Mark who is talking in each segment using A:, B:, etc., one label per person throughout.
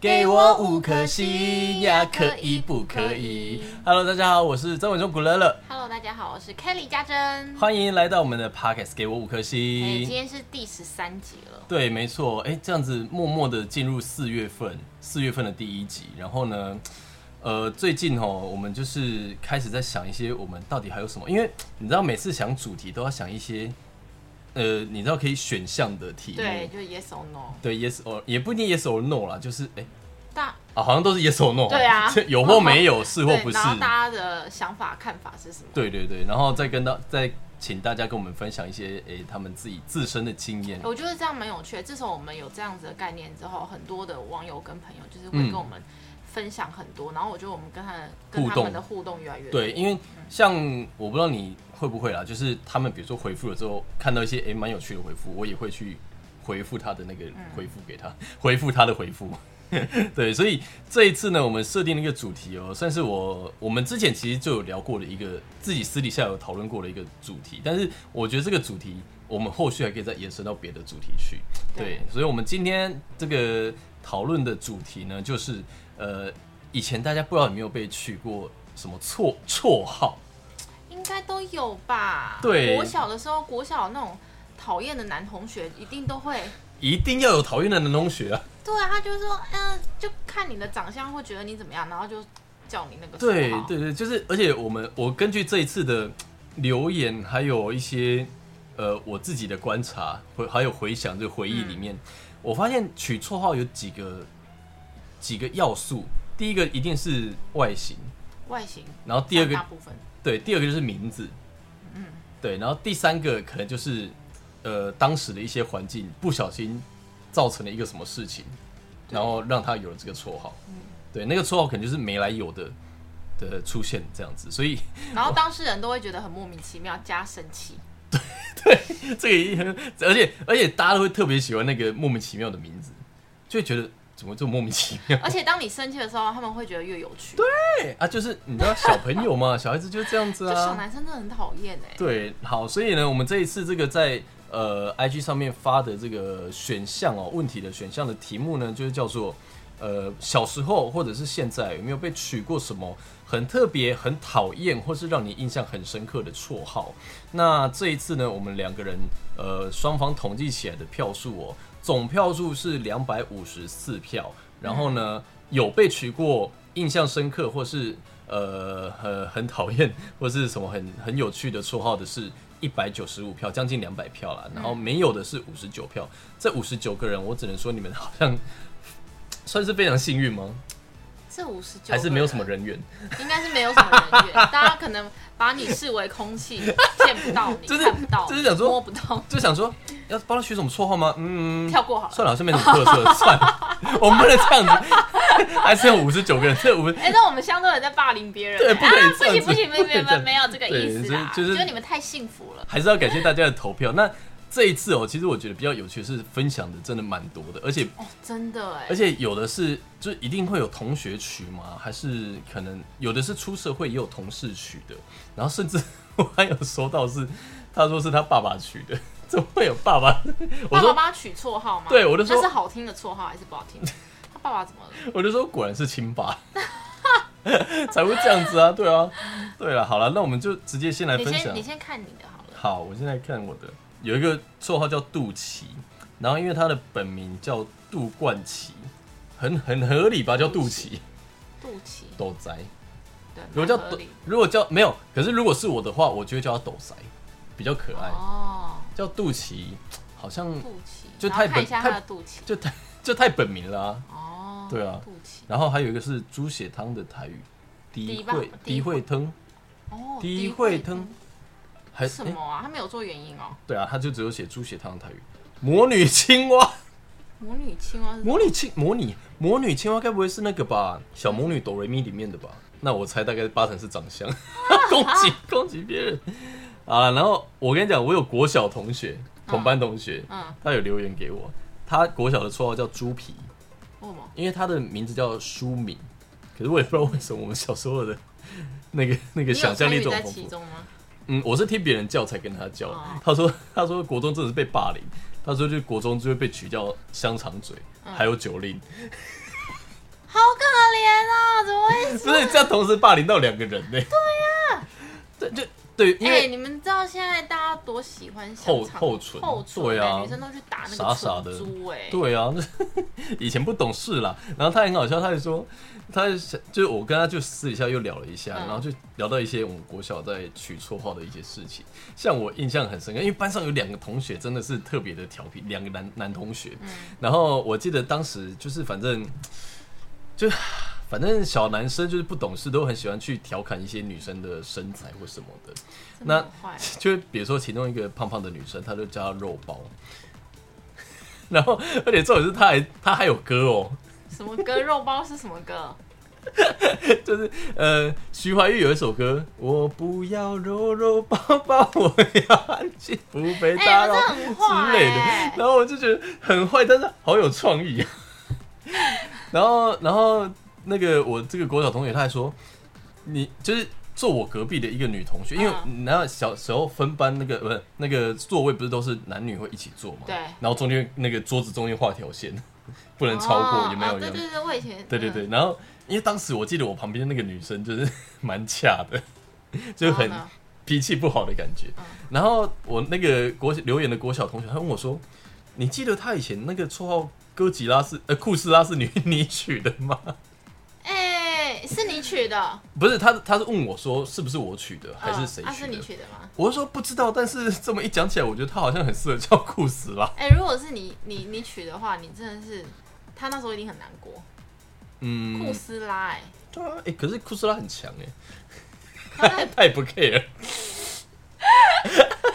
A: 给我五颗星呀，可以不可以？Hello，大家好，我是曾伟忠古乐乐，
B: Hello，大家好，我是 Kelly 家珍。
A: 欢迎来到我们的 Pockets，给我五颗
B: 哎、今
A: 星。
B: 天是第十三集了，
A: 对，没错，哎，这样子默默的进入四月份，四月份的第一集，然后呢，呃，最近哦，我们就是开始在想一些我们到底还有什么，因为你知道每次想主题都要想一些，呃，你知道可以选项的题目，
B: 对，就 Yes or No。
A: 对，yes or 也不一定 yes or no 啦，就是哎、
B: 大
A: 啊，好像都是 yes or no，
B: 对啊
A: 有或没有，是或
B: 对
A: 不是，
B: 然后大家的想法看法是什么？
A: 对对对，然后再跟到再请大家跟我们分享一些诶、他们自己自身的经验
B: 哎，我觉得这样蛮有趣的。自从我们有这样子的概念之后，很多的网友跟朋友就是会
A: 嗯
B: 跟我们分享很多，然后我觉得我们跟他
A: 互
B: 跟
A: 动
B: 他们的互动越来越多。
A: 对，因为像我不知道你会不会啦，就是他们比如说回复了之后，看到一些诶蛮、有趣的回复，我也会去回复他的那个回复给他，回复他的回复。对，所以这一次呢，我们设定了一个主题哦，算是我我们之前其实就有聊过的一个自己私底下有讨论过的一个主题，但是我觉得这个主题我们后续还可以再延伸到别的主题去。对
B: 对，
A: 所以我们今天这个讨论的主题呢，就是呃，以前大家不知道有没有被取过什么绰绰号？
B: 应该都有吧？
A: 对
B: 国小的时候，国小那种讨厌的男同学一定都会。
A: 一定要有讨厌的男同学啊！
B: 对啊，他就说，嗯、就看你的长相会觉得你怎么样，然后就叫你那个
A: 对
B: 绰号
A: 对对，就是，而且我们我根据这一次的留言，还有一些呃我自己的观察，回还有回想这个回忆里面，我发现取绰号有几个几个要素，第一个一定是外形，
B: 外形。
A: 然后第二个
B: 占大部分
A: 对，第二个就是名字，
B: 嗯
A: 对，然后第三个可能就是呃当时的一些环境不小心造成了一个什么事情，
B: 对嗯
A: 然后让他有了这个绰号，对，那个绰号可能就是没来由的的出现这样子，所以
B: 然后当事人都会觉得很莫名其妙加生气，
A: 这个也很，而且而且大家都会特别喜欢那个莫名其妙的名字，就会觉得怎么这么莫名其妙
B: 而且当你生气的时候，他们会觉得越有趣。
A: 啊？就是你知道小朋友嘛，小孩子就是这样子
B: 就
A: 啊，
B: 小男生真的很讨厌哎。
A: 对，好，所以呢，我们这一次这个在呃 IG 上面发的这个选项哦，问题的选项的题目呢，就是叫做呃小时候或者是现在有没有被取过什么很特别、很讨厌或是让你印象很深刻的绰号？那这一次呢，我们两个人呃双方统计起来的票数哦，总票数是两百五十四票，然后呢有被取过印象深刻或是呃很很讨厌或是什么很很有趣的绰号的是一百九十五票，将近两百票
B: 嗯
A: 啦。然后没有的是五十九票，这五十九个人，我只能说你们好像算是非常幸运吗？
B: 这五十九
A: 还是没有什么，人缘？
B: 应该是没有什么人 缘，大家可能把你视为空气，见不到你，
A: 就是
B: 看不到你，
A: 就是想说
B: 摸不到，
A: 就想说要帮他取什么绰号吗？嗯，
B: 跳过好了。
A: 算了，好像没什么特色，算 了，我们不能这样子， 还剩五十九个人，这五
B: 哎，那我们相对的在霸凌别人，
A: 对不可以
B: 啊
A: 这样子
B: 不行不行
A: 不
B: 不
A: 可以
B: 行
A: 这
B: 不行，
A: 样
B: 没有这个意思啦，
A: 对所以就是
B: 觉得你们太幸福了。
A: 还是要感谢大家的投票。那这一次哦，其实我觉得比较有趣的是分享的真的蛮多的，而且
B: 哦，真的哎
A: 而，且有的是就一定会有同学取吗？还是可能有的是出社会也有同事取的，然后甚至我还有收到是他说是他爸爸取的， 怎么会有爸爸？我
B: 爸爸
A: 说
B: 帮他取绰号吗？
A: 对我就说
B: 那是好听的绰号还是不好听 的？他爸爸怎么了？
A: 我就说果然是亲爸。 才会这样子啊，对啊，对了，好了，那我们就直接先来
B: 你
A: 分享
B: 先你。先看你的好了。
A: 好，我现在看我的有一个绰号叫肚脐，然后因为他的本名叫杜冠奇，很很合理吧，叫肚脐
B: 肚脐，
A: 斗宅。
B: 对，
A: 如果叫
B: 蛮合
A: 斗
B: 理，
A: 如果叫没有，可是如果是我的话，我就会叫他斗宅，比较可爱。
B: 哦，
A: 叫肚脐，好像
B: 肚脐，
A: 就
B: 然
A: 太
B: 后
A: 本
B: 看一下他
A: 太
B: 的肚脐，
A: 就太就太本名了、啊。
B: 哦，
A: 对啊
B: 肚脐，
A: 然后还有一个是猪血汤的台语，迪
B: 迪吧
A: 惠迪
B: 迪
A: 惠汤，
B: 哦，
A: 迪惠
B: 惠
A: 汤
B: 腾，
A: 还
B: 什
A: 诶
B: 么啊？他没有做原因哦。
A: 对啊，他就只有写猪血汤的台语。魔女青蛙，
B: 母女青蛙是
A: 魔女青魔女魔女青蛙，该不会是那个吧？小魔女哆瑞咪里面的吧？那我猜大概八成是长 相， 攻击攻击别人啊！然后我跟你讲，我有国小同学，同班同学，
B: 嗯，
A: 他有留言给我，他国小的绰号叫猪皮，
B: 为什么？
A: 因为他的名字叫舒敏，可是我也不知道为什么我们小时候的那个 那
B: 你
A: 个
B: 有
A: 想象
B: 参
A: 力
B: 与
A: 这种
B: 在
A: 丰富
B: 其。中吗？
A: 嗯，我是听别人叫才跟他叫的
B: 哦。
A: 他说他说国中真的是被
B: 嗯
A: 霸凌，他说就国中就会被取叫香肠嘴，还有酒令。
B: 啊
A: 所以这样同时霸凌到两个人呢、对呀、对就对，因
B: 啊哎、
A: 为
B: 你们知道现在大家多喜欢香
A: 厚
B: 肠
A: 厚唇
B: 厚唇
A: 对啊
B: 哎女生都去打那
A: 傻
B: 个
A: 傻
B: 唇
A: 的
B: 珠哎、
A: 对啊， 以前不懂事啦。然后他很好笑，他就说，他就就是我跟他就私底下又聊了一下，
B: 嗯
A: 然后就聊到一些我们国小在取绰号的一些事情。像我印象很深刻，因为班上有两个同学真的是特别的调皮，两个男男同学。然后我记得当时就是 反正就。反正小男生就是不懂事，都很喜欢去调侃一些女生的身材或什么的。
B: 真的
A: 那
B: 很坏，
A: 就比如说其中一个胖胖的女生，她就叫她肉包， 然后而且重点是她还她还有歌哦，
B: 什么歌？肉包是什么歌？
A: 就是呃徐怀钰有一首歌，我不要肉肉包包，我要安静不 被
B: 哎、
A: 打
B: 我
A: 扰、
B: 这很
A: 之
B: 坏、
A: 类的
B: 哎，
A: 然后我就觉得很坏，但是好有创意、啊。 然后然后那个我这个国小同学他还说，你就是。坐我隔壁的一个女同学，因为
B: 嗯
A: 然后小时候分班那个不是那个座位不是都是男女会一起坐嘛？
B: 对
A: 然后中间那个桌子中间画条线， 不能 超过，
B: 哦
A: 有没有？
B: 哦对对对，我以前嗯
A: 对对对，然后因为当时我记得我旁边那个女生就是 蛮恰的， 就
B: 嗯
A: 很
B: 然后呢
A: 脾气不好的感觉
B: 嗯。
A: 然后我那个国留言的国小同学，他问我说：“你记得他以前那个绰号哥吉拉是呃库斯拉是你 你取的吗
B: 哎、是你取的，？”
A: 不是，他他是问我说是不是我取的， 还是谁
B: 嗯啊？
A: 取
B: 是
A: 的？
B: 你取的吗？
A: 我是说不知道，但是这么一讲起来，我觉得他好像很适合叫库斯拉。
B: 哎、如果是你你你取的话，你真的是他那时候一定很难过。库
A: 嗯，
B: 斯拉、哎，
A: 对啊，哎、可是库斯拉很强哎、
B: 他 在
A: 太不 care。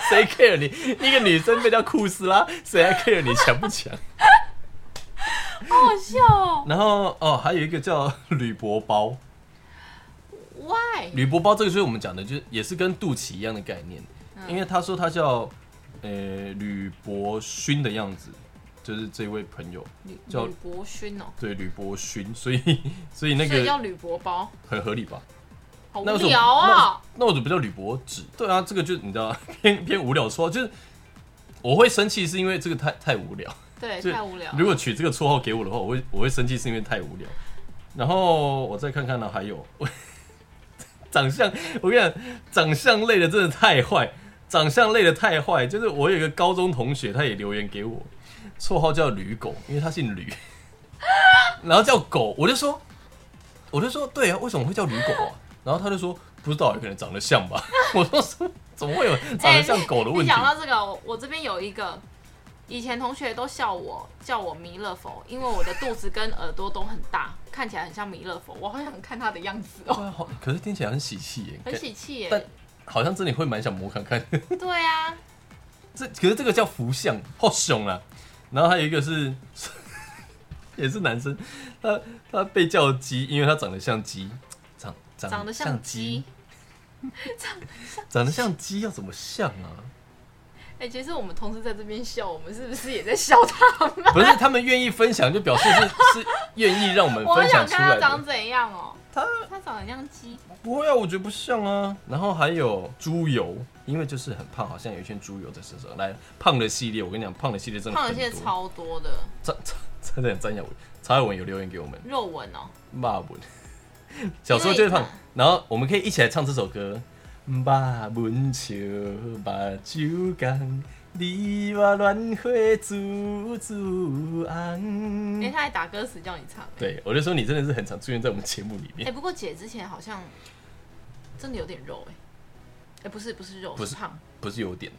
A: 谁 care 你？一个女生被叫库斯拉，谁还 care 你强不强？
B: 好好笑哦。
A: 然后哦，还有一个叫 铝箔包，
B: Why？
A: 铝箔包这个就是我们讲的，就是也是跟肚脐一样的概念，
B: 嗯
A: 因为他说他叫呃吕伯勋的样子，就是这位朋友
B: 吕
A: 叫
B: 吕伯勋哦，
A: 对吕伯勋，所以所以那
B: 所以
A: 个
B: 叫吕伯包，
A: 很合理吧？
B: 好无
A: 那为什么
B: 聊啊、
A: 那我怎么不叫吕伯纸？对啊，这个就是你知道 偏偏无聊说，就是我会生气是因为这个太太无聊。
B: 对，
A: 就
B: 哎太无聊了。
A: 如果取这个绰号给我的话，我会我会生气，是因为太无聊。然后我再看看呢，还有 我长相，我跟你讲，长相类的真的太坏，长相类的太坏。就是我有一个高中同学，他也留言给我，绰号叫驴狗，因为他 姓驴，然后叫狗，我就说，我就说，对啊，为什么会叫驴狗啊？然后他就说，不知道，有可能长得像吧。 我说什么，怎么会有长得像狗的问
B: 哎你
A: 题？
B: 讲到这个，我我这边有一个，以前同学都笑我叫我弥勒佛，因为我的肚子跟耳朵都很大，看起来很像弥勒佛。我好想看他的样子哦，
A: 对啊好可是听起来很喜气耶，
B: 很喜气
A: 但
B: 耶。
A: 好像真的会蛮想摸看看。
B: 对啊，
A: 嗯这可是这个叫福相，好凶啊！然后还有一个是， 也是男生，他他被叫鸡，因为他长得像鸡，长长
B: 长得像鸡，。
A: 长得像鸡要怎么像啊？
B: 哎、其实我们同事在这边笑，我们是不是也在笑他们？
A: 不是他们愿意分享，就表示 是是愿意让我们
B: 我
A: 分
B: 很
A: 享
B: 想
A: 出
B: 看
A: 来
B: 他
A: 的。
B: 长怎样哦，
A: 他
B: 他长得像鸡，
A: 不会啊，我觉得不像啊。然后还有猪油，因为就是很胖，好像有一圈猪油在身上。来，胖的系列，我跟你讲，胖的系列真的
B: 胖了
A: 很多。
B: 些超多的
A: 张张张张张雅文，曹雅文有留言给我们，
B: 肉纹哦。
A: 骂文。小时候就会胖，然后我们可以一起来唱这首歌。把文笑，目睭干，你我乱花煮煮
B: 哎、
A: 红。
B: 他还打歌词叫你唱、哎
A: 对，我就说你真的是很常出现在我们节目里
B: 哎、
A: 面。
B: 不过姐之前好像真的有点肉哎、哎、不是不是肉，
A: 不是
B: 是胖。
A: 不是 有点，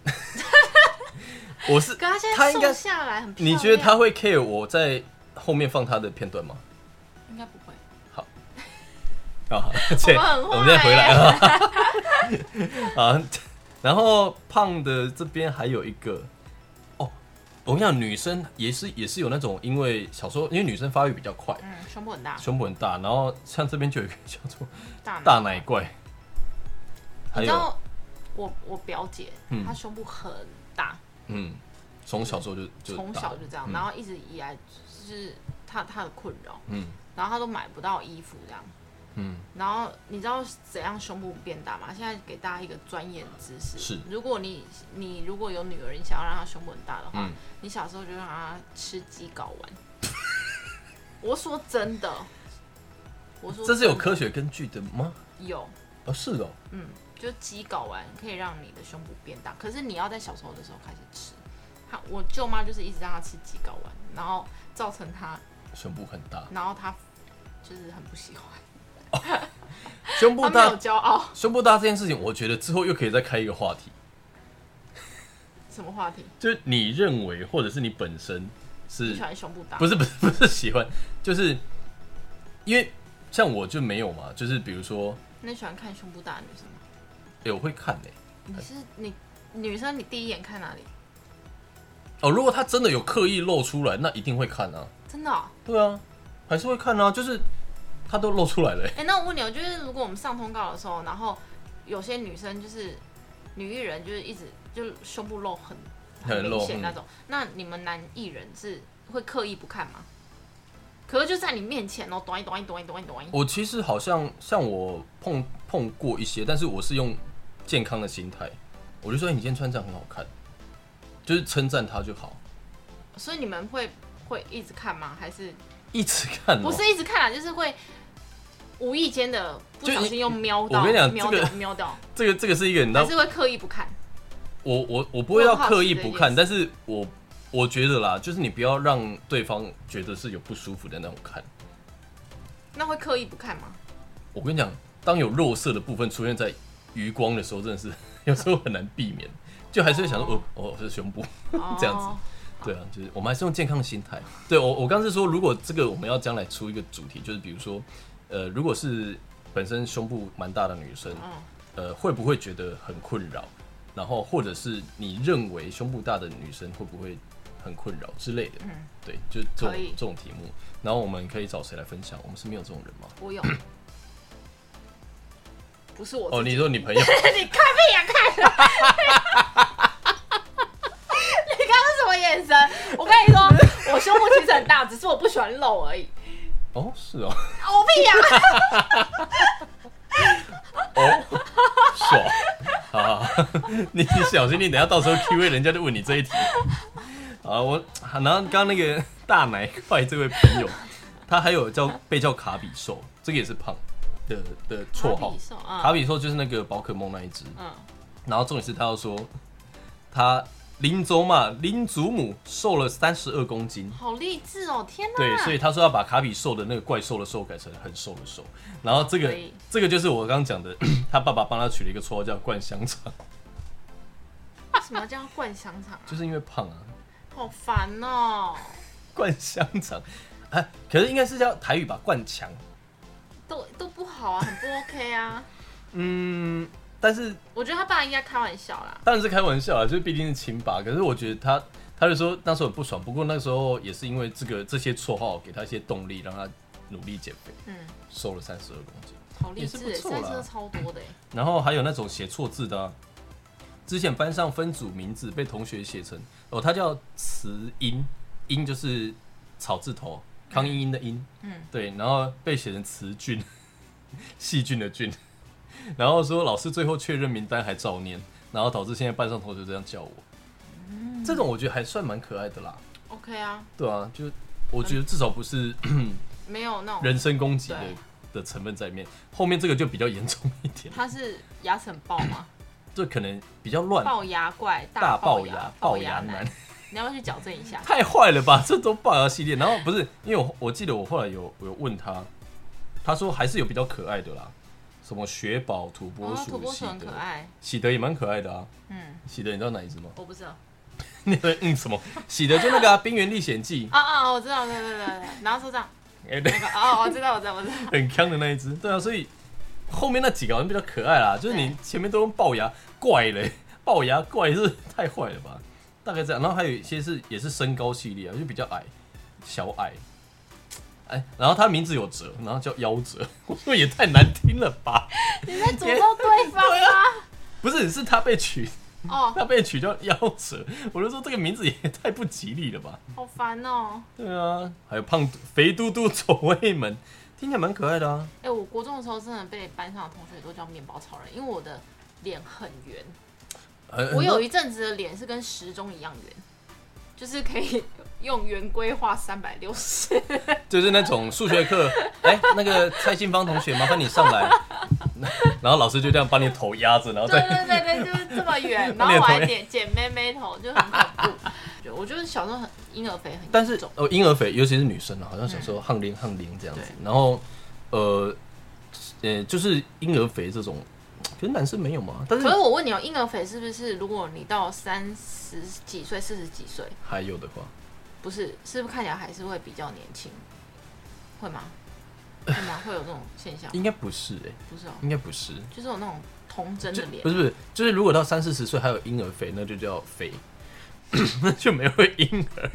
A: 我是
B: 可她现
A: 她
B: 在
A: 应
B: 瘦
A: 该，
B: 下来很漂亮。
A: 你觉得他会 care 我在后面放他的片段吗？
B: 应该不会？
A: 啊，切
B: 我们很坏
A: 我们再回来啊。 啊，然后胖的这边还有一个哦，我跟你讲，女生也是也是有那种，因为小时候因为女生发育比较快，
B: 嗯，胸部很大，
A: 胸部很大，然后像这边就有一个叫做
B: 大
A: 大奶。怪，还
B: 你知
A: 有
B: 道我我表姐
A: 嗯，
B: 她胸部很大，
A: 嗯，从小时候就就
B: 从
A: 大
B: 小就这样，
A: 嗯
B: 然后一直以来就是她她的困扰，
A: 嗯
B: 然后她都买不到衣服这样。
A: 嗯
B: 然后你知道怎样胸部变大吗？现在给大家一个专业的知识。
A: 是
B: 如果你你如果有女儿，你想要让她胸部很大的话，
A: 嗯，
B: 你小时候就让她吃鸡睾丸。我说真的，我说
A: 这是有科学根据的吗？
B: 有，
A: 哦，是哦，
B: 嗯，就鸡睾丸可以让你的胸部变大，可是你要在小时候的时候开始吃。他我舅妈就是一直让他吃鸡睾丸，然后造成他，
A: 胸部很大，
B: 然后他就是很不喜欢，他
A: 胸
B: 没
A: 部
B: 有
A: 大，
B: 骄傲。
A: 胸部大这件事情，我觉得之后又可以再开一个话题，
B: 什么话题？
A: 就是你认为或者是你本身
B: 你
A: 是
B: 喜欢胸部大？
A: 不
B: 是，
A: 是不是不是喜欢，就是因为像我就没有嘛，就是比如说，
B: 那你喜欢看胸部大的女生吗？
A: 哎、我会看哎、
B: 你是你女生，你第一眼看哪里？
A: 哦，如果他真的有刻意露出来，那一定会看啊，
B: 真的、哦？
A: 对啊，还是会看啊，就是他都露出来了、欸，
B: 哎、那我问你哦，就是如果我们上通告的时候，然后有些女生就是女艺人，就是一直就胸部露很
A: 很
B: 明
A: 露嗯
B: 显那种，那你们男艺人是会刻意不看吗？可是就在你面前哦，短一短一短一短一短一，
A: 我其实好像像我碰碰过一些，但是我是用健康的心态，我就说、欸你今天穿这样很好看，就是称赞他就好，
B: 所以你们会会一直看吗？还是
A: 一直看、哦。
B: 不是一直看啊？就是会无意间的不
A: 就
B: 小
A: 你
B: 心又瞄到，
A: 我跟你讲
B: 瞄
A: 这
B: 到
A: 个
B: 瞄到，
A: 这个这个是一个你知道
B: 还是会刻意不看？
A: 我我我不会到刻意不看，
B: 我很好奇这件事
A: 但是我我觉得啦，就是你不要让对方觉得是有不舒服的那种看。
B: 那会刻意不看吗？
A: 我跟你讲，当有肉色的部分出现在余光的时候，真的是 有时候很难避免，就还是会想说，哦
B: 哦，
A: 哦，是胸部，
B: 哦
A: 这样子对啊，就是我们还是用健康的心态。对我我刚是说，如果这个我们要将来出一个主题，就是比如说，呃，如果是本身胸部蛮大的女生，
B: 嗯，
A: 呃，会不会觉得很困扰？然后或者是你认为胸部大的女生会不会很困扰之类的？
B: 嗯
A: 对，就这种
B: 可以
A: 这种题目，然后我们可以找谁来分享？我们是没有这种人吗？
B: 我 有，不是我自己
A: 哦，你说你朋友，
B: 你看屁呀、看！ 你刚刚什么眼神？我跟你说，我胸部其实很大，只是我不喜欢露而已。
A: 哦，是 哦，
B: 我屁啊呀、
A: 哦，爽，好好，好 你你小心，你等一下到时候 Q A 人家就问你这一题。啊，我然后刚刚那个大奶怪这位朋友，他还有叫被叫卡比兽，这个也是胖的的绰号。
B: 啊！
A: 卡比兽就是那个宝可梦那一只，
B: 嗯，
A: 然后重点是他要说，他林州嘛，林祖母瘦了三十二公斤，
B: 好励志哦！天哪！
A: 对，所以他说要把卡比兽的那个怪兽的兽改成很瘦的瘦，然后这个
B: 可以
A: 这个就是我刚刚讲的， 他爸爸帮他取了一个绰号叫灌香肠，
B: 为什么要这样灌香肠啊？
A: 就是因为胖啊，
B: 好烦哦！
A: 灌香肠，哎、可是应该是叫台语吧，灌强，
B: 都都不好啊，很不 OK 啊！
A: 嗯，但是
B: 我觉得他爸应该开玩笑啦。
A: 当然是开玩笑啊，就是毕竟是亲爸。可是我觉得他，他就说那时候很不爽，不过那时候也是因为这个这些绰号给他一些动力，让他努力减肥，
B: 嗯，
A: 瘦了三十二公斤。
B: 好励志
A: 也
B: 哎，
A: 是不
B: 现
A: 错啦
B: 在真的超多的哎。
A: 然后还有那种写错字的啊、之前班上分组名字被同学写成哦，他叫慈音，音就是草字头，康英英的英，
B: 嗯，
A: 对，然后被写成词菌， 细菌的菌，然后说老师最后确认名单还照念，然后导致现在班上同学这样叫我，
B: 嗯
A: 这种我觉得还算蛮可爱的啦，
B: OK 啊，
A: 对啊，就我觉得至少 不是
B: 没有那种
A: 人身攻击的
B: 对
A: 的成分在里面，后面这个就比较严重一点，
B: 他是牙齿很爆吗？
A: 这可能比较乱，
B: 龅牙怪、
A: 大
B: 龅
A: 龅
B: 牙
A: 牙、、
B: 龅
A: 龅
B: 牙
A: 牙
B: 男
A: 男。，
B: 你要不要去矫正一下？
A: 太坏了吧！这都龅牙系列。然后不是，因为我我记得我后来有有问他，他说还是有比较可爱的啦，什么雪宝、土拨
B: 哦，
A: 鼠、
B: 土拨
A: 喜
B: 鼠很可
A: 德，
B: 爱，
A: 喜德也蛮可爱的啊。
B: 嗯，
A: 喜德你知道哪一只吗？
B: 我不知道。
A: 你在嗯什么？喜德就那个、啊《冰原历险记
B: 啊啊，我知道，对对对对，然后说这样，》，
A: 哎，对，
B: 那个哦，我知道，我知道，我知道。
A: 很强的那一只。对啊，所以后面那几个好像比较可爱啦，就是你
B: 对
A: 前面都用龅牙怪嘞， 龅牙怪是太坏了吧？大概这样。然后还有一些是也是身高系列啊，就比较矮，小矮。哎，然后他名字有折，然后叫夭折， 我说也太难听了吧？
B: 你在 诅咒对方吗？
A: 不是，是他被取，
B: 哦，
A: 他被取叫夭折，我就说这个名字也太不吉利了吧？
B: 好烦哦。
A: 对啊，还有胖嘟肥嘟嘟走位门，听起来蛮可爱的啊。
B: 哎，我国中的时候真的被班上的同学都叫面包超人，因为我的脸很圆，
A: 呃
B: 我有一阵子的脸是跟时钟一样圆，就是可以用圆规画三百六十，
A: 就是那种数学 课，哎、那个蔡信芳同学，麻烦你上来， 然后老师就这样把你头压着，然后
B: 对
A: 再
B: 对对对，就是这么 远，然后我还点剪妹妹头，就很恐怖。对我就是小时候很婴儿肥很
A: 但
B: 严
A: 是
B: 重，
A: 呃，婴儿肥，尤其是女生啊，好像小时候汗淋汗淋这样子。然后呃呃，就是婴儿肥这种，可是男生没有嘛，但是
B: 可是我问你哦，婴儿肥是不是如果你到三十几岁、四十几岁，
A: 还有的话，
B: 不是，是不是看起来还是会比较年轻？会吗？会吗？会有这种现象？
A: 应该不是哎、
B: 不是哦，
A: 应该不是，
B: 就是有那种童真
A: 就
B: 的脸
A: 不。是不是，就是如果到三四十岁还有婴儿肥，那就叫肥， 那就没有婴儿。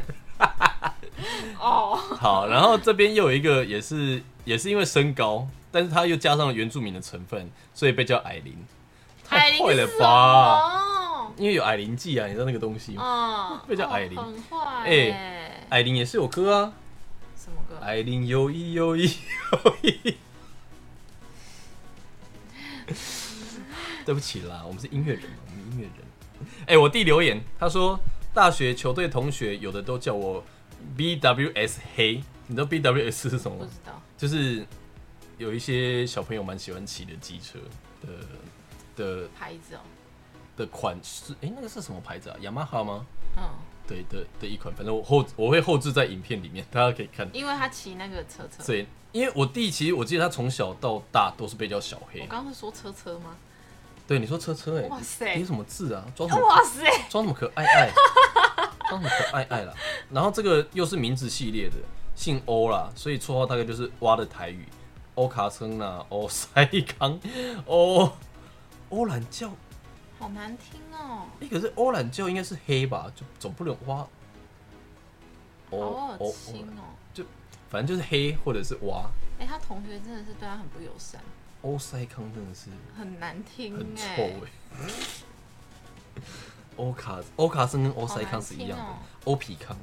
B: 哦，
A: 好，然后这边又有一个也是也是因为身高，但是他又加上了原住民的成分，所以被叫矮龄，
B: 矮
A: 太
B: 龄
A: 坏了
B: 是
A: 吧？
B: 哦，
A: 因为有矮龄剂啊，你知道那个东西吗？
B: 嗯，
A: 被叫矮龄
B: 哦很坏
A: 哎
B: 耶。
A: 矮龄也是有歌啊，
B: 什么歌？
A: 艾琳有一有一有一。 对不起啦，我们是音乐人嘛，我们音乐人。哎、我弟留言，他说大学球队同学有的都叫我 BWS 黑，你知道 BWS 是什么
B: 不
A: 吗
B: 知？道。
A: 就是有一些小朋友蛮喜欢骑的机车的的
B: 牌子哦，
A: 的款式，哎、那个是什么牌子啊？雅马哈吗？
B: 嗯，
A: 对的的一款，反正我后我会后置在影片里面，大家可以 看。
B: 因为他骑那个车车。
A: 对，因为我弟其实我记得他从小到大都是被叫小
B: 我
A: 黑。
B: 刚刚是说车车吗？
A: 对，你说车车哎、
B: 哇塞
A: 你有什么字啊？装什么
B: 哇塞，
A: 装什么可爱爱， 装什么可爱爱啦。然后这个又是名字系列的，姓欧啦，所以绰号大概就是蛙的台语，欧卡森啦，欧塞康， 欧欧懒教。
B: 好难听哦。
A: 哎、可是欧懒教应该是黑吧？就总不能蛙。
B: 好
A: 欧
B: 恶
A: 欧
B: 心哦！
A: 反正就是黑或者是蛙。
B: 哎、他同学真的是对他很不友善，
A: 欧塞康真的是。
B: 很难听
A: 很臭
B: 哎、
A: 哎、欧卡欧卡森跟欧塞康是一样
B: 好难听
A: 的
B: 哦，
A: 欧、皮康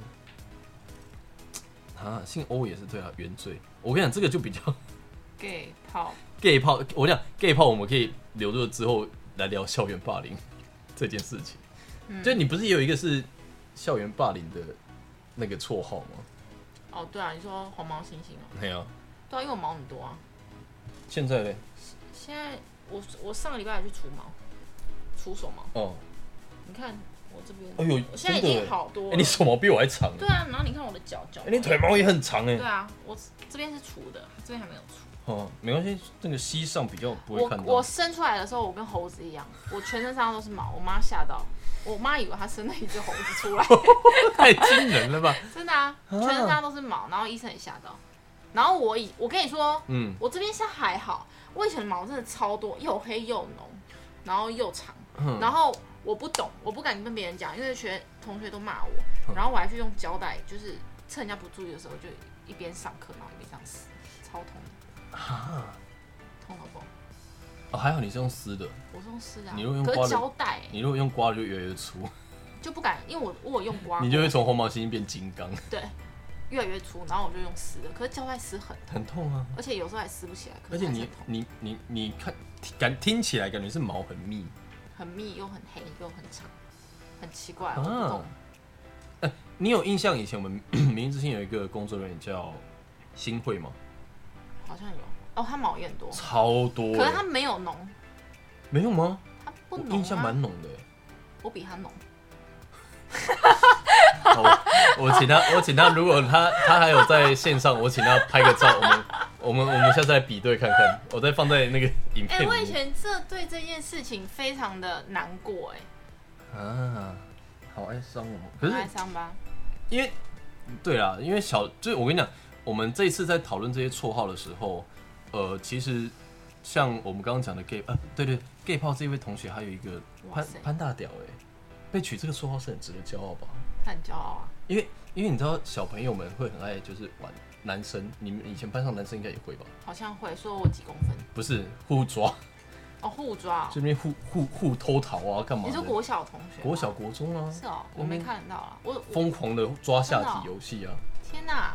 A: 啊，姓欧也是对啊，原罪。我跟你讲，这个就比较
B: gay 泡
A: gay 炮。我跟你讲 gay 炮，我们可以留着之后来聊校园霸凌 这件事情。
B: 嗯
A: 就你不是也有一个是校园霸凌的那个绰号吗？
B: 哦，对啊，你说黄毛猩猩哦，
A: 没有、啊，
B: 对啊，因为我毛很多啊。
A: 现在嘞，
B: 现在我我上个礼拜还去除毛，除手毛，
A: 哦，
B: 你看我这边，
A: 哎呦，
B: 我现在已
A: 真的
B: 经好多
A: 哎、
B: 了。
A: 你手毛比我还长、欸
B: 对啊，然后你看我的脚脚
A: 哎、，你腿毛也很长哎、
B: 对啊，我这边是除的，这边还没有除。
A: 哦，没关系，那个膝上比较不会看
B: 我
A: 到。
B: 我生出来的时候，我跟猴子一样，我全身上下都是毛，我妈吓到，我妈以为她生了一只猴子出来，
A: 太惊人了吧？
B: 真的啊，全身上下都是毛，然后医生也吓到。然后我以我跟你说，
A: 嗯，
B: 我这边是还好，我以前的毛真的超多，又黑又浓，然后又长，
A: 嗯
B: 然后我不懂，我不敢跟别人讲，因为学同学都骂
A: 嗯
B: 我，然后我还去用胶带，就是趁人家不注意的时候，就一边上课然后一边这样撕，超痛的，
A: 啊
B: 痛到爆！
A: 哦，还好你是用撕的，
B: 我是用撕的、啊
A: 你如果用，
B: 可
A: 刮
B: 是
A: 的
B: 胶带、欸、
A: 你如果用刮的就越来越粗，
B: 就不敢，因为我我有用刮过，
A: 你就会从红毛猩猩变金刚，
B: 对越来越粗，然后我就用撕的，可是胶带撕很痛，
A: 很痛啊！
B: 而且有时候还撕不起来，可
A: 而
B: 是
A: 且
B: 还是
A: 你
B: 很痛，
A: 你你你看感听起来感觉是毛很密
B: 很密又很黑又很长，很奇怪，我不懂
A: 啊。。哎，你有印象以前我们 明日之星有一个工作人员叫新会吗？
B: 好像有哦，它毛也很多，
A: 超多
B: 可
A: 欸
B: 是，它没有浓，
A: 没有吗？
B: 它不
A: 我
B: 浓、啊、
A: 印象蛮浓的欸。
B: 我比它浓，
A: 好，我请他， 我请他，如果他他还有在线上，我请他拍个照，我们我们我们下次来比对看看，我再放在那个影
B: 哎、
A: 片里面。
B: 我以前这对这件事情非常的难过、哎，
A: 啊，好哀伤哦。可
B: 很
A: 是
B: 哀伤吧？
A: 因为，对啦，因为小，就是我跟你讲，我们这一次在讨论这些绰号的时候，呃，其实像我们刚刚讲的 gay，呃，对对，gay 炮这位同学，还有一个
B: 哇
A: 潘
B: 塞
A: 潘大屌、哎，被取这个绰号是很值得骄傲吧？
B: 他很骄傲啊，
A: 因为因为你知道小朋友们会很爱就是玩男生，你们以前班上男生应该也会吧？
B: 好像会说我几公分
A: 不是互抓，
B: 哦，互抓、哦
A: 这，边互互互偷桃啊，干嘛
B: 你
A: 的？
B: 说国小同学吗，
A: 国小国中啊，
B: 是哦，我没看到啊，我我
A: 疯狂的抓下
B: 真的哦
A: 体游戏啊。
B: 天哪，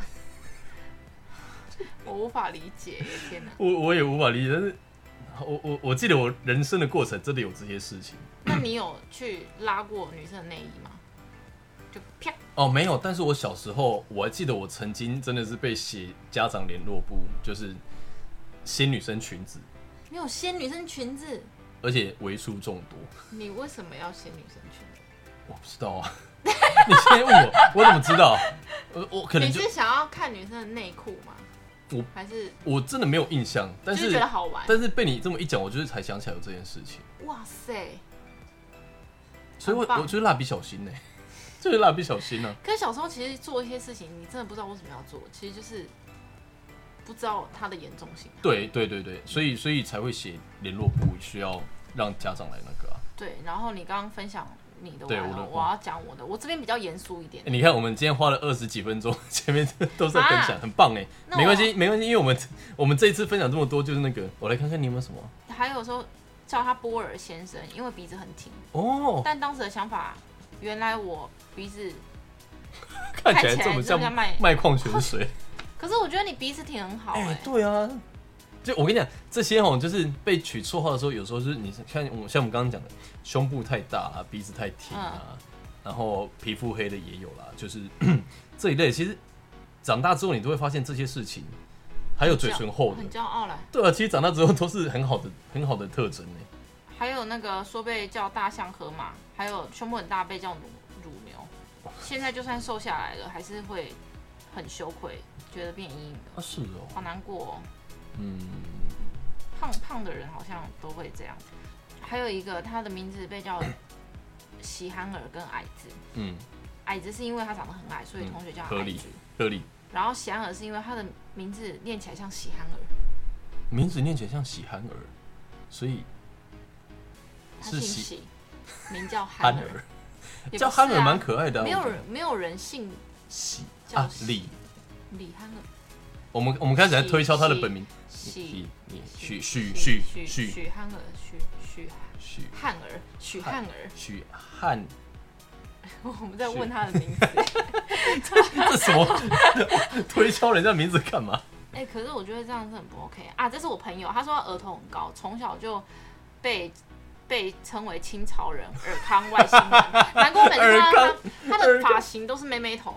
B: 我无法理解耶，天哪！
A: 我我也无法理解，但是哦我我我记得我人生的过程真的有这些事情，
B: 那你有去拉过女生的内衣吗？就啪。
A: 哦，没有，但是我小时候我还记得，我曾经真的是被写家长联络簿，就是掀女生裙子，
B: 你有掀女生裙子，
A: 而且为数众多。
B: 你为什么要掀女生裙子？
A: 我不知道啊， 你现在问我，我怎么知道？呃，我可能
B: 你
A: 就是
B: 想要看女生的内裤吗？
A: 我
B: 还是
A: 我真的没有印象，但
B: 就是
A: 是
B: 觉得好玩？
A: 但是被你这么一讲，我就是才想起来有这件事情，
B: 哇塞！
A: 所以我
B: 很棒
A: 我觉得蜡笔小新呢、欸 就是蜡笔小新啊呢、
B: 可是小时候其实做一些事情，你真的不知道为什么要做，其实就是不知道它的严重性啊、
A: 对对对对，所以所以才会写联络簿，需要让家长来那个啊。
B: 对，然后你刚刚分享你的，
A: 对
B: 完
A: 我
B: 了
A: 的
B: 我要讲我的，我这边比较严肃一点
A: 欸。你看，我们今天花了二十几分钟，前面都在分享，
B: 啊
A: 很棒哎。
B: 那我
A: 没关系，没关系，因为我们我们这一次分享这么多，就是那个，我来看看你有没有什么
B: 还有说叫他波尔先生，因为鼻子很挺。
A: 哦，
B: 但当时的想法，原来我鼻子，
A: 看起
B: 看
A: 来
B: 起来
A: 这么像
B: 就像卖
A: 卖矿泉水。
B: 可是我觉得你鼻子挺很好哎、
A: 哎、对啊，就我跟你讲，这些哦，就是被取绰号的时候，有时候就是你看我像我们刚刚讲的，胸部太大啊，鼻子太挺
B: 嗯
A: 啊，然后皮肤黑的也有啦，就是 这一类。其实长大之后，你都会发现这些事情，还有嘴唇厚的
B: 很。骄傲了。
A: 对啊，其实长大之后都是很好的、很好的特征呢。
B: 还有那个说被叫大象河马，还有胸部很大被叫乳乳牛，现在就算瘦下来了，还是会很羞愧，觉得变阴影的，
A: 啊，是哦，
B: 好难过、哦。
A: 嗯，
B: 胖胖的人好像都会这样。还有一个，他的名字被 叫喜憨儿跟矮子，
A: 嗯，
B: 矮子是因为他长得很矮，所以同学叫他
A: 合
B: 矮
A: 理
B: 子。
A: 合理。
B: 然后喜憨儿是因为他的名字念起来像喜憨儿，
A: 名字念起来像喜憨儿，所以
B: 他
A: 是
B: 姓
A: 喜
B: 喜，名叫憨
A: 憨
B: 儿
A: 儿，，
B: 也不
A: 叫
B: 是
A: 憨儿
B: 啊
A: 蛮可爱的、啊。
B: 没有
A: 我觉得
B: 人没有人姓
A: 喜
B: 叫
A: 啊
B: 喜
A: 李，
B: 李憨儿，
A: 我们我们开始在推敲他的本名，
B: 喜
A: 你
B: 许
A: 许
B: 许
A: 许
B: 许
A: 许
B: 许
A: 许
B: 许憨儿，许许汉儿，许
A: 许
B: 汉儿，
A: 许汉，
B: 我们在
A: 许
B: 问他的名字。
A: 这什么推敲人家名字干嘛？
B: 哎、可是我觉得这样是很不 OK 啊！这是我朋友，他说他额头很高，从小就被被称为清朝人、尔康外星人。难怪我每次看
A: 尔
B: 到
A: 康
B: 他，他的发型都是妹妹头。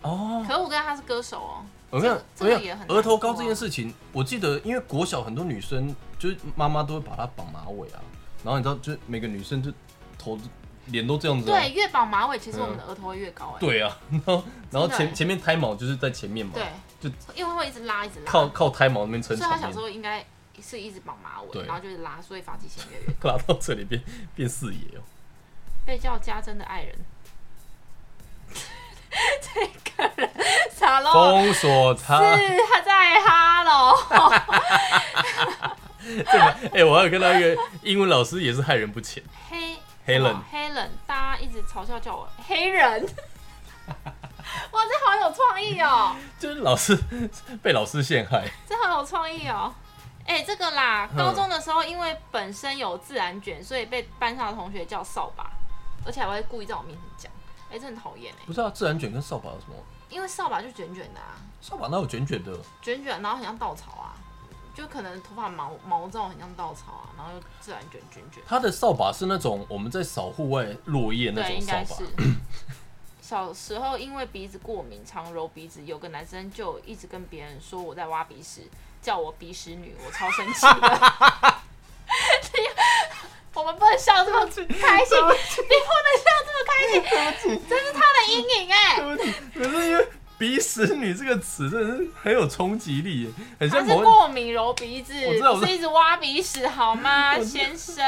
A: 哦，
B: 可是我跟他是歌手哦，
A: 我看
B: 这
A: 我
B: 个
A: 看
B: 也很难
A: 额头高
B: 说啊
A: 这件事情，我记得因为国小很多女生就是妈妈都会把她绑马尾啊，然后你知道，就是每个女生就头脸都这样子、啊，
B: 对，越绑马尾，其实我们的额头会越高哎、
A: 对啊，然后然后
B: 真的欸
A: 前前面胎毛就是在前面嘛，
B: 对，
A: 就
B: 因为会一直拉，一直拉。
A: 靠
B: 所
A: 靠胎毛那边撑
B: 以他
A: 场
B: 小
A: 面
B: 时，候应该是一直绑马尾，
A: 对
B: 然后就是拉，所以发际线越来越高。
A: 拉到这里变变四爷哦、
B: 被叫家珍的爱人， 这个人傻喽。
A: 封锁他。
B: 是他在哈喽。
A: 哎、我还有看到一个英文老师也是害人不浅，
B: 黑
A: 黑人
B: 什么黑人，大家一直嘲笑叫我黑人。 哇，这好有创意哦，
A: 就是老师被老师陷害。
B: 这好有创意哦。哎、这个啦，
A: 嗯
B: 高中的时候因为本身有自然卷，所以被班上的同学叫扫把，而且还会故意在我面前讲。哎、这很讨厌哎，
A: 不是啊，自然卷跟扫把有什么？
B: 因为扫把就卷卷的啊，
A: 扫把哪有卷卷的？
B: 卷卷，然后很像稻草啊，就可能头发毛毛躁，很像稻草啊，然后又自然卷卷卷。
A: 他的扫把是那种我们在扫户外落叶那
B: 对，
A: 种
B: 应该
A: 扫
B: 是
A: 把。。
B: 小时候因为鼻子过敏，常揉鼻子，有个男生就一直跟别人说我在挖鼻屎，叫我鼻屎女，我超生气的。 我们不能笑这 么开心，你不能笑这么开心，这是他的阴影哎、
A: 对不起，可是因为“鼻屎女”这个词真的是很有冲击力耶，很
B: 他
A: 像
B: 是
A: 某
B: 过敏揉鼻子
A: 我知道，我知道
B: 不是一直挖鼻屎好吗，先生？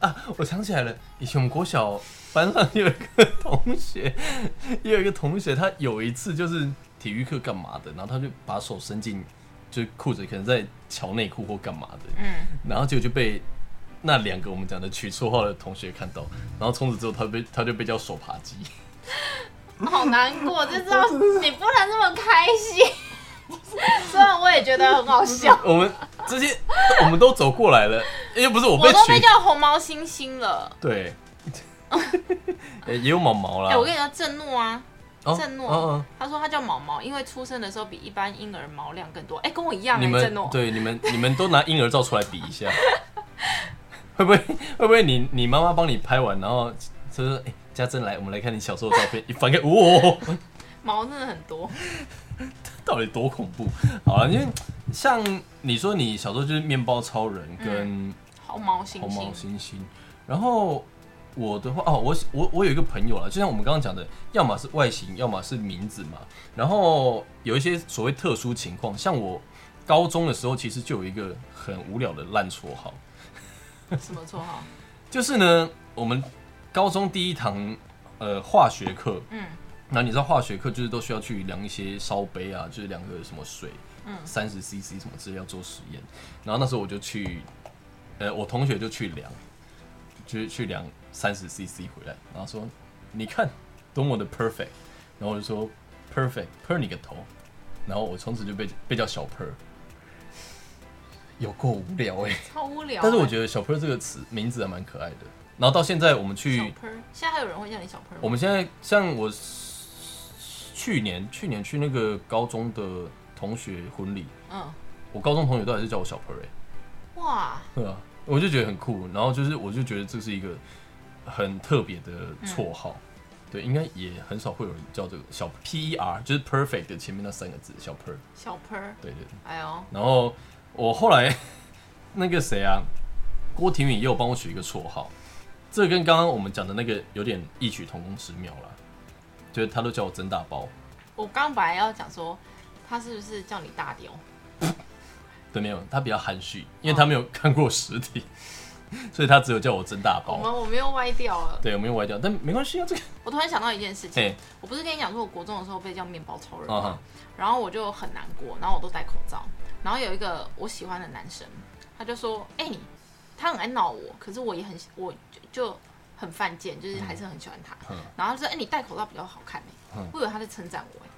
A: 啊！我想起来了，以前我们国小班上有一个同学，也有一个同学，他有一次就是体育课干嘛的，然后他就把手伸进就是裤子，可能在瞧内裤或干嘛的，
B: 嗯，
A: 然后结果就被那两个我们讲的取绰号的同学看到，然后从此之后他被他就被叫手扒鸡，
B: 好难过，就知道你不能这么开心。 虽然我也觉得很好笑，
A: 我们这些我们都走过来了，又不是我被
B: 我都被
A: 取，
B: 叫红毛猩猩了。
A: 对， 也也有毛毛啦，
B: 哎、我跟你说，震怒啊，
A: 哦
B: 震怒，
A: 嗯嗯
B: 他说他叫毛毛，因为出生的时候比一般婴儿毛量更多。哎、跟我一样、
A: 你
B: 哎，
A: 们
B: 震怒。
A: 对你们你们都拿婴儿照出来比一 下，会不会会不会你你妈妈帮你拍完，然后就是哎、家珍来，我们来看你小时候的照片，一翻开，哇、
B: 毛真的很多。
A: 到底多恐怖？好了，因为像你说，你小时候就是面包超人跟
B: 红毛猩
A: 红毛
B: 猩，
A: 猩猩，然后我的话，哦，我我我有一个朋友啦，就像我们刚刚讲的，要么是外形，要么是名字嘛。然后有一些所谓特殊情况，像我高中的时候，其实就有一个很无聊的烂绰号，
B: 什么绰号？
A: 就是呢，我们高中第一堂呃化学课，
B: 嗯，
A: 那你知道化学课就是都需要去量一些烧杯啊，就是量个什么水，
B: 嗯
A: 三十 CC 什么之类要做实验。然后那时候我就去，呃，我同学就去量，就是去量三十 CC 回来，然后说你看多么的 perfect，然后我就说 perfect per 你个头，然后我从此就被被叫小 per，有够无聊哎、
B: 超无聊欸。
A: 但是我觉得小 per 这个词名字还蛮可爱的。然后到现在我们
B: 小
A: 去
B: Per，现在还有人会叫你小 Per 吗？
A: 我们现在像我去年去年去那个高中的同学婚礼，
B: 嗯，
A: 我高中同学都还是叫我小朋友、欸，
B: 哇，
A: 对啊，我就觉得很酷。然后就是我就觉得这是一个很特别的绰号，对，应该也很少会有人叫这个小 P E R，就是 perfect 的前面那三个字小 per，
B: 小 Per，
A: 对对对。
B: 哎呦，
A: 然后我后来 那个谁啊，郭婷敏也有帮我取一个绰号，这跟刚刚我们讲的那个有点异曲同工之妙啦，就是他都叫我曾大包，
B: 我刚本来要讲说他是不是叫你大雕？
A: 对，没有，他比较含蓄，因为他没有看过实体， 所以他只有叫我曾大
B: 我
A: 包。
B: 们我们又歪掉了。
A: 对，我没有歪掉，但没关系啊，这个，
B: 我突然想到一件事情，
A: 哎、
B: 我不是跟你讲说我国中的时候被叫面包超人
A: 啊
B: 吗？
A: 哈，
B: 然后我就很难过，然后我都戴口罩。然后有一个我喜欢的男生，他就说：“哎、你他很爱闹我，可是我也很喜我就就很犯贱，就是还是很喜欢他。
A: 嗯
B: 然后他说：“哎、你戴口罩比较好看哎、
A: 嗯
B: 我以为他在称赞我、哎，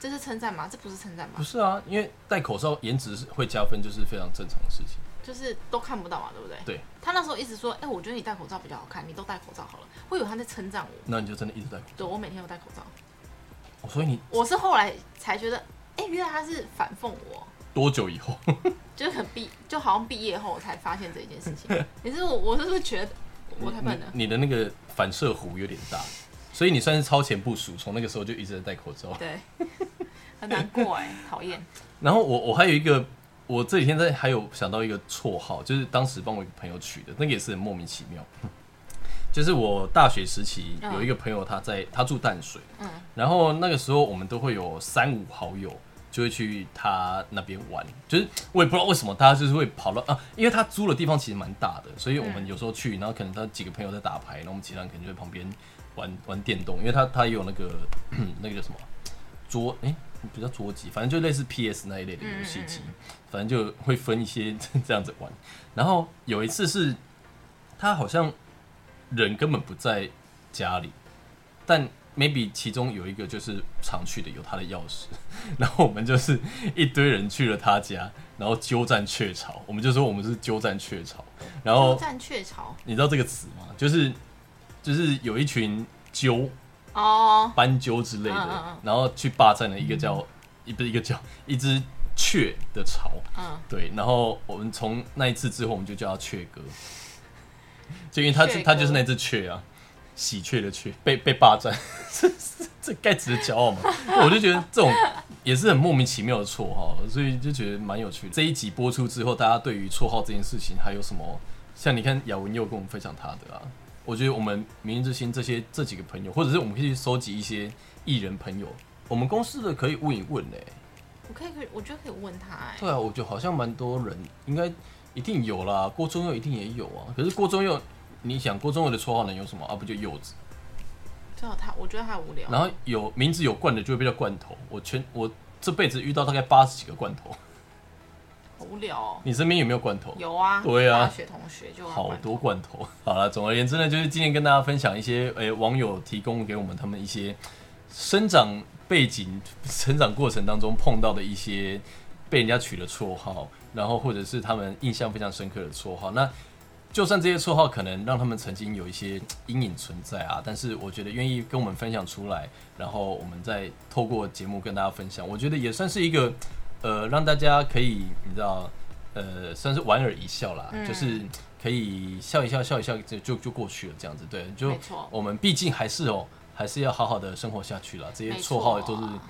B: 这是称赞吗？这不是称赞
A: 不
B: 吗？
A: 是啊，因为戴口罩颜值是会加分，就是非常正常的事情。
B: 就是都看不到嘛，对不对？
A: 对，
B: 他那时候一直说：“哎、我觉得你戴口罩比较好看，你都戴口罩好了。”我以为他在称赞我，
A: 那你就真的一直戴口
B: 对我每天都戴口罩。
A: 罩，所以你
B: 我是后来才觉得，哎、原来他是反讽我。
A: 多久以后？
B: 就是很毕，就好像毕业后我才发现这一件事 情。你是我，我是不是觉得我太笨了？
A: 你你的那个反射弧有点大，所以你算是超前部署，从那个时候就一直在戴口罩。
B: 对，很难过哎，讨厌。
A: 然后我我还有一个，我这几天在还有想到一个绰号，就是当时帮我一个朋友取的，那个也是很莫名其妙。就是我大学时期
B: 嗯
A: 有一个朋友，他在他住淡水，
B: 嗯
A: 然后那个时候我们都会有三五好友。就会去他那边玩，就是我也不知道为什么大家就是会跑到啊，因为他租的地方其实蛮大的，所以我们有时候去，然后可能他几个朋友在打牌，然后我们其他人可能就在旁边玩玩电动，因为他他也有那个 那个叫什么桌哎、不叫桌机，反正就类似 PS 那一类的游戏
B: 嗯
A: 机，反正就会分一些 这样子玩。然后有一次是他好像人根本不在家里，但 maybe 其中有一个就是常去的有他的钥匙， 然后我们就是一堆人去了他家，然后鸠占鹊巢，我们就说我们是鸠占鹊巢，然
B: 鸠
A: 后
B: 占鹊巢
A: 你知道这个词吗？就是就是有一群鸠
B: 哦，
A: 斑鸠之
B: 嗯
A: 类
B: 嗯
A: 的
B: 嗯，
A: 然后去霸占了一个叫一不是一个叫一只雀的巢，
B: 嗯，
A: 对，然后我们从那一次之后，我们就叫他雀哥，就因为他
B: 雀
A: 是
B: 哥
A: 他就是那只雀啊，喜鹊的雀，被被霸占， 这这这该值得骄傲吗？我就觉得这种也是很莫名其妙的绰号，所以就觉得蛮有趣的。这一集播出之后，大家对于绰号这件事情还有什么？像你看雅文又跟我们分享他的啊，我觉得我们明日之星这些这几个朋友，或者是我们可以去收集一些艺人朋友，我们公司的可以问一问嘞、
B: 我可以，可以，我觉得可以问他哎，
A: 对啊，我觉得好像蛮多人应该一定有啦，郭宗佑一定也有啊。可是郭宗佑，你想郭宗佑的绰号能有什么啊？不就柚子？
B: 最好他，我觉得他无聊。
A: 然后有名字有罐的就会被叫罐头。我全我这辈子遇到大概八十几个罐头，
B: 好无聊哦。
A: 你身边有没有罐头？
B: 有啊，
A: 对啊
B: 大学同学就要
A: 好
B: 管
A: 多罐头。好了，总而言之呢，就是今天跟大家分享一些诶、网友提供给我们他们一些生长背景、成长过程当中碰到的一些被人家取的绰号，然后或者是他们印象非常深刻的绰号。那就算这些绰号可能让他们曾经有一些阴影存在啊，但是我觉得愿意跟我们分享出来，然后我们再透过节目跟大家分享，我觉得也算是一个呃，让大家可以你知道呃，算是莞尔一笑啦，
B: 嗯
A: 就是可以笑一笑，笑一笑就就就过去了，这样子。对，就
B: 没错
A: 我们毕竟还是哦，还是要好好的生活下去了。这些
B: 没
A: 绰号都是
B: 错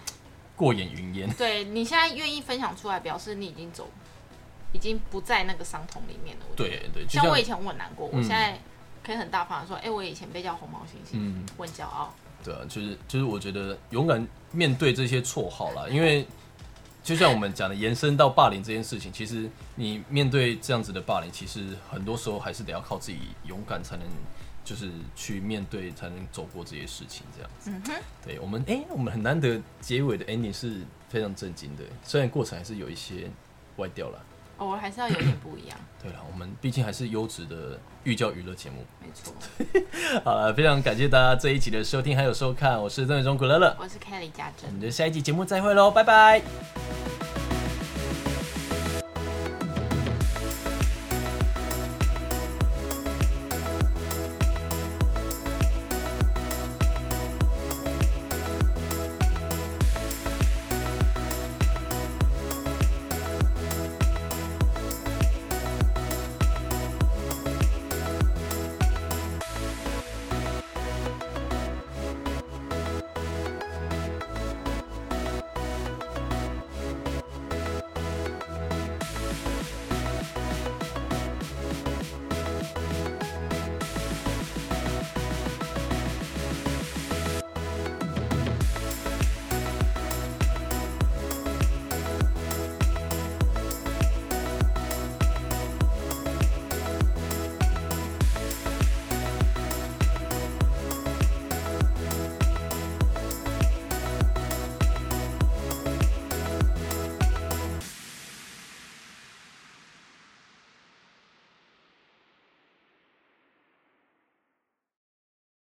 A: 过眼云烟。
B: 对你现在愿意分享出来，表示你已经走，已经不在那个伤痛里面了。我觉得，
A: 对对，就
B: 像我
A: 像
B: 以前我很难过，我
A: 嗯
B: 现在可以很大方的说，哎、我以前被叫红毛猩猩，
A: 嗯，
B: 我很骄傲。
A: 对啊，就是就是，我觉得勇敢面对这些绰号啦，因为就像我们讲的，延伸到霸凌这件事情，其实你面对这样子的霸凌，其实很多时候还是得要靠自己勇敢才能，就是去面对，才能走过这些事情。这样子，
B: 嗯哼，
A: 对我们，哎、我们很难得结尾的 ending 是非常震惊的，虽然过程还是有一些歪掉了。
B: 偶哦尔还是要有点不一样，
A: 对了，我们毕竟还是优质的寓教娱乐节目。
B: 没错。
A: 好了，非常感谢大家这一集的收听还有收看，我是曾伟忠古乐乐，
B: 我是 Kelly 家珍
A: 我。们就下一集节目再会喽，拜拜。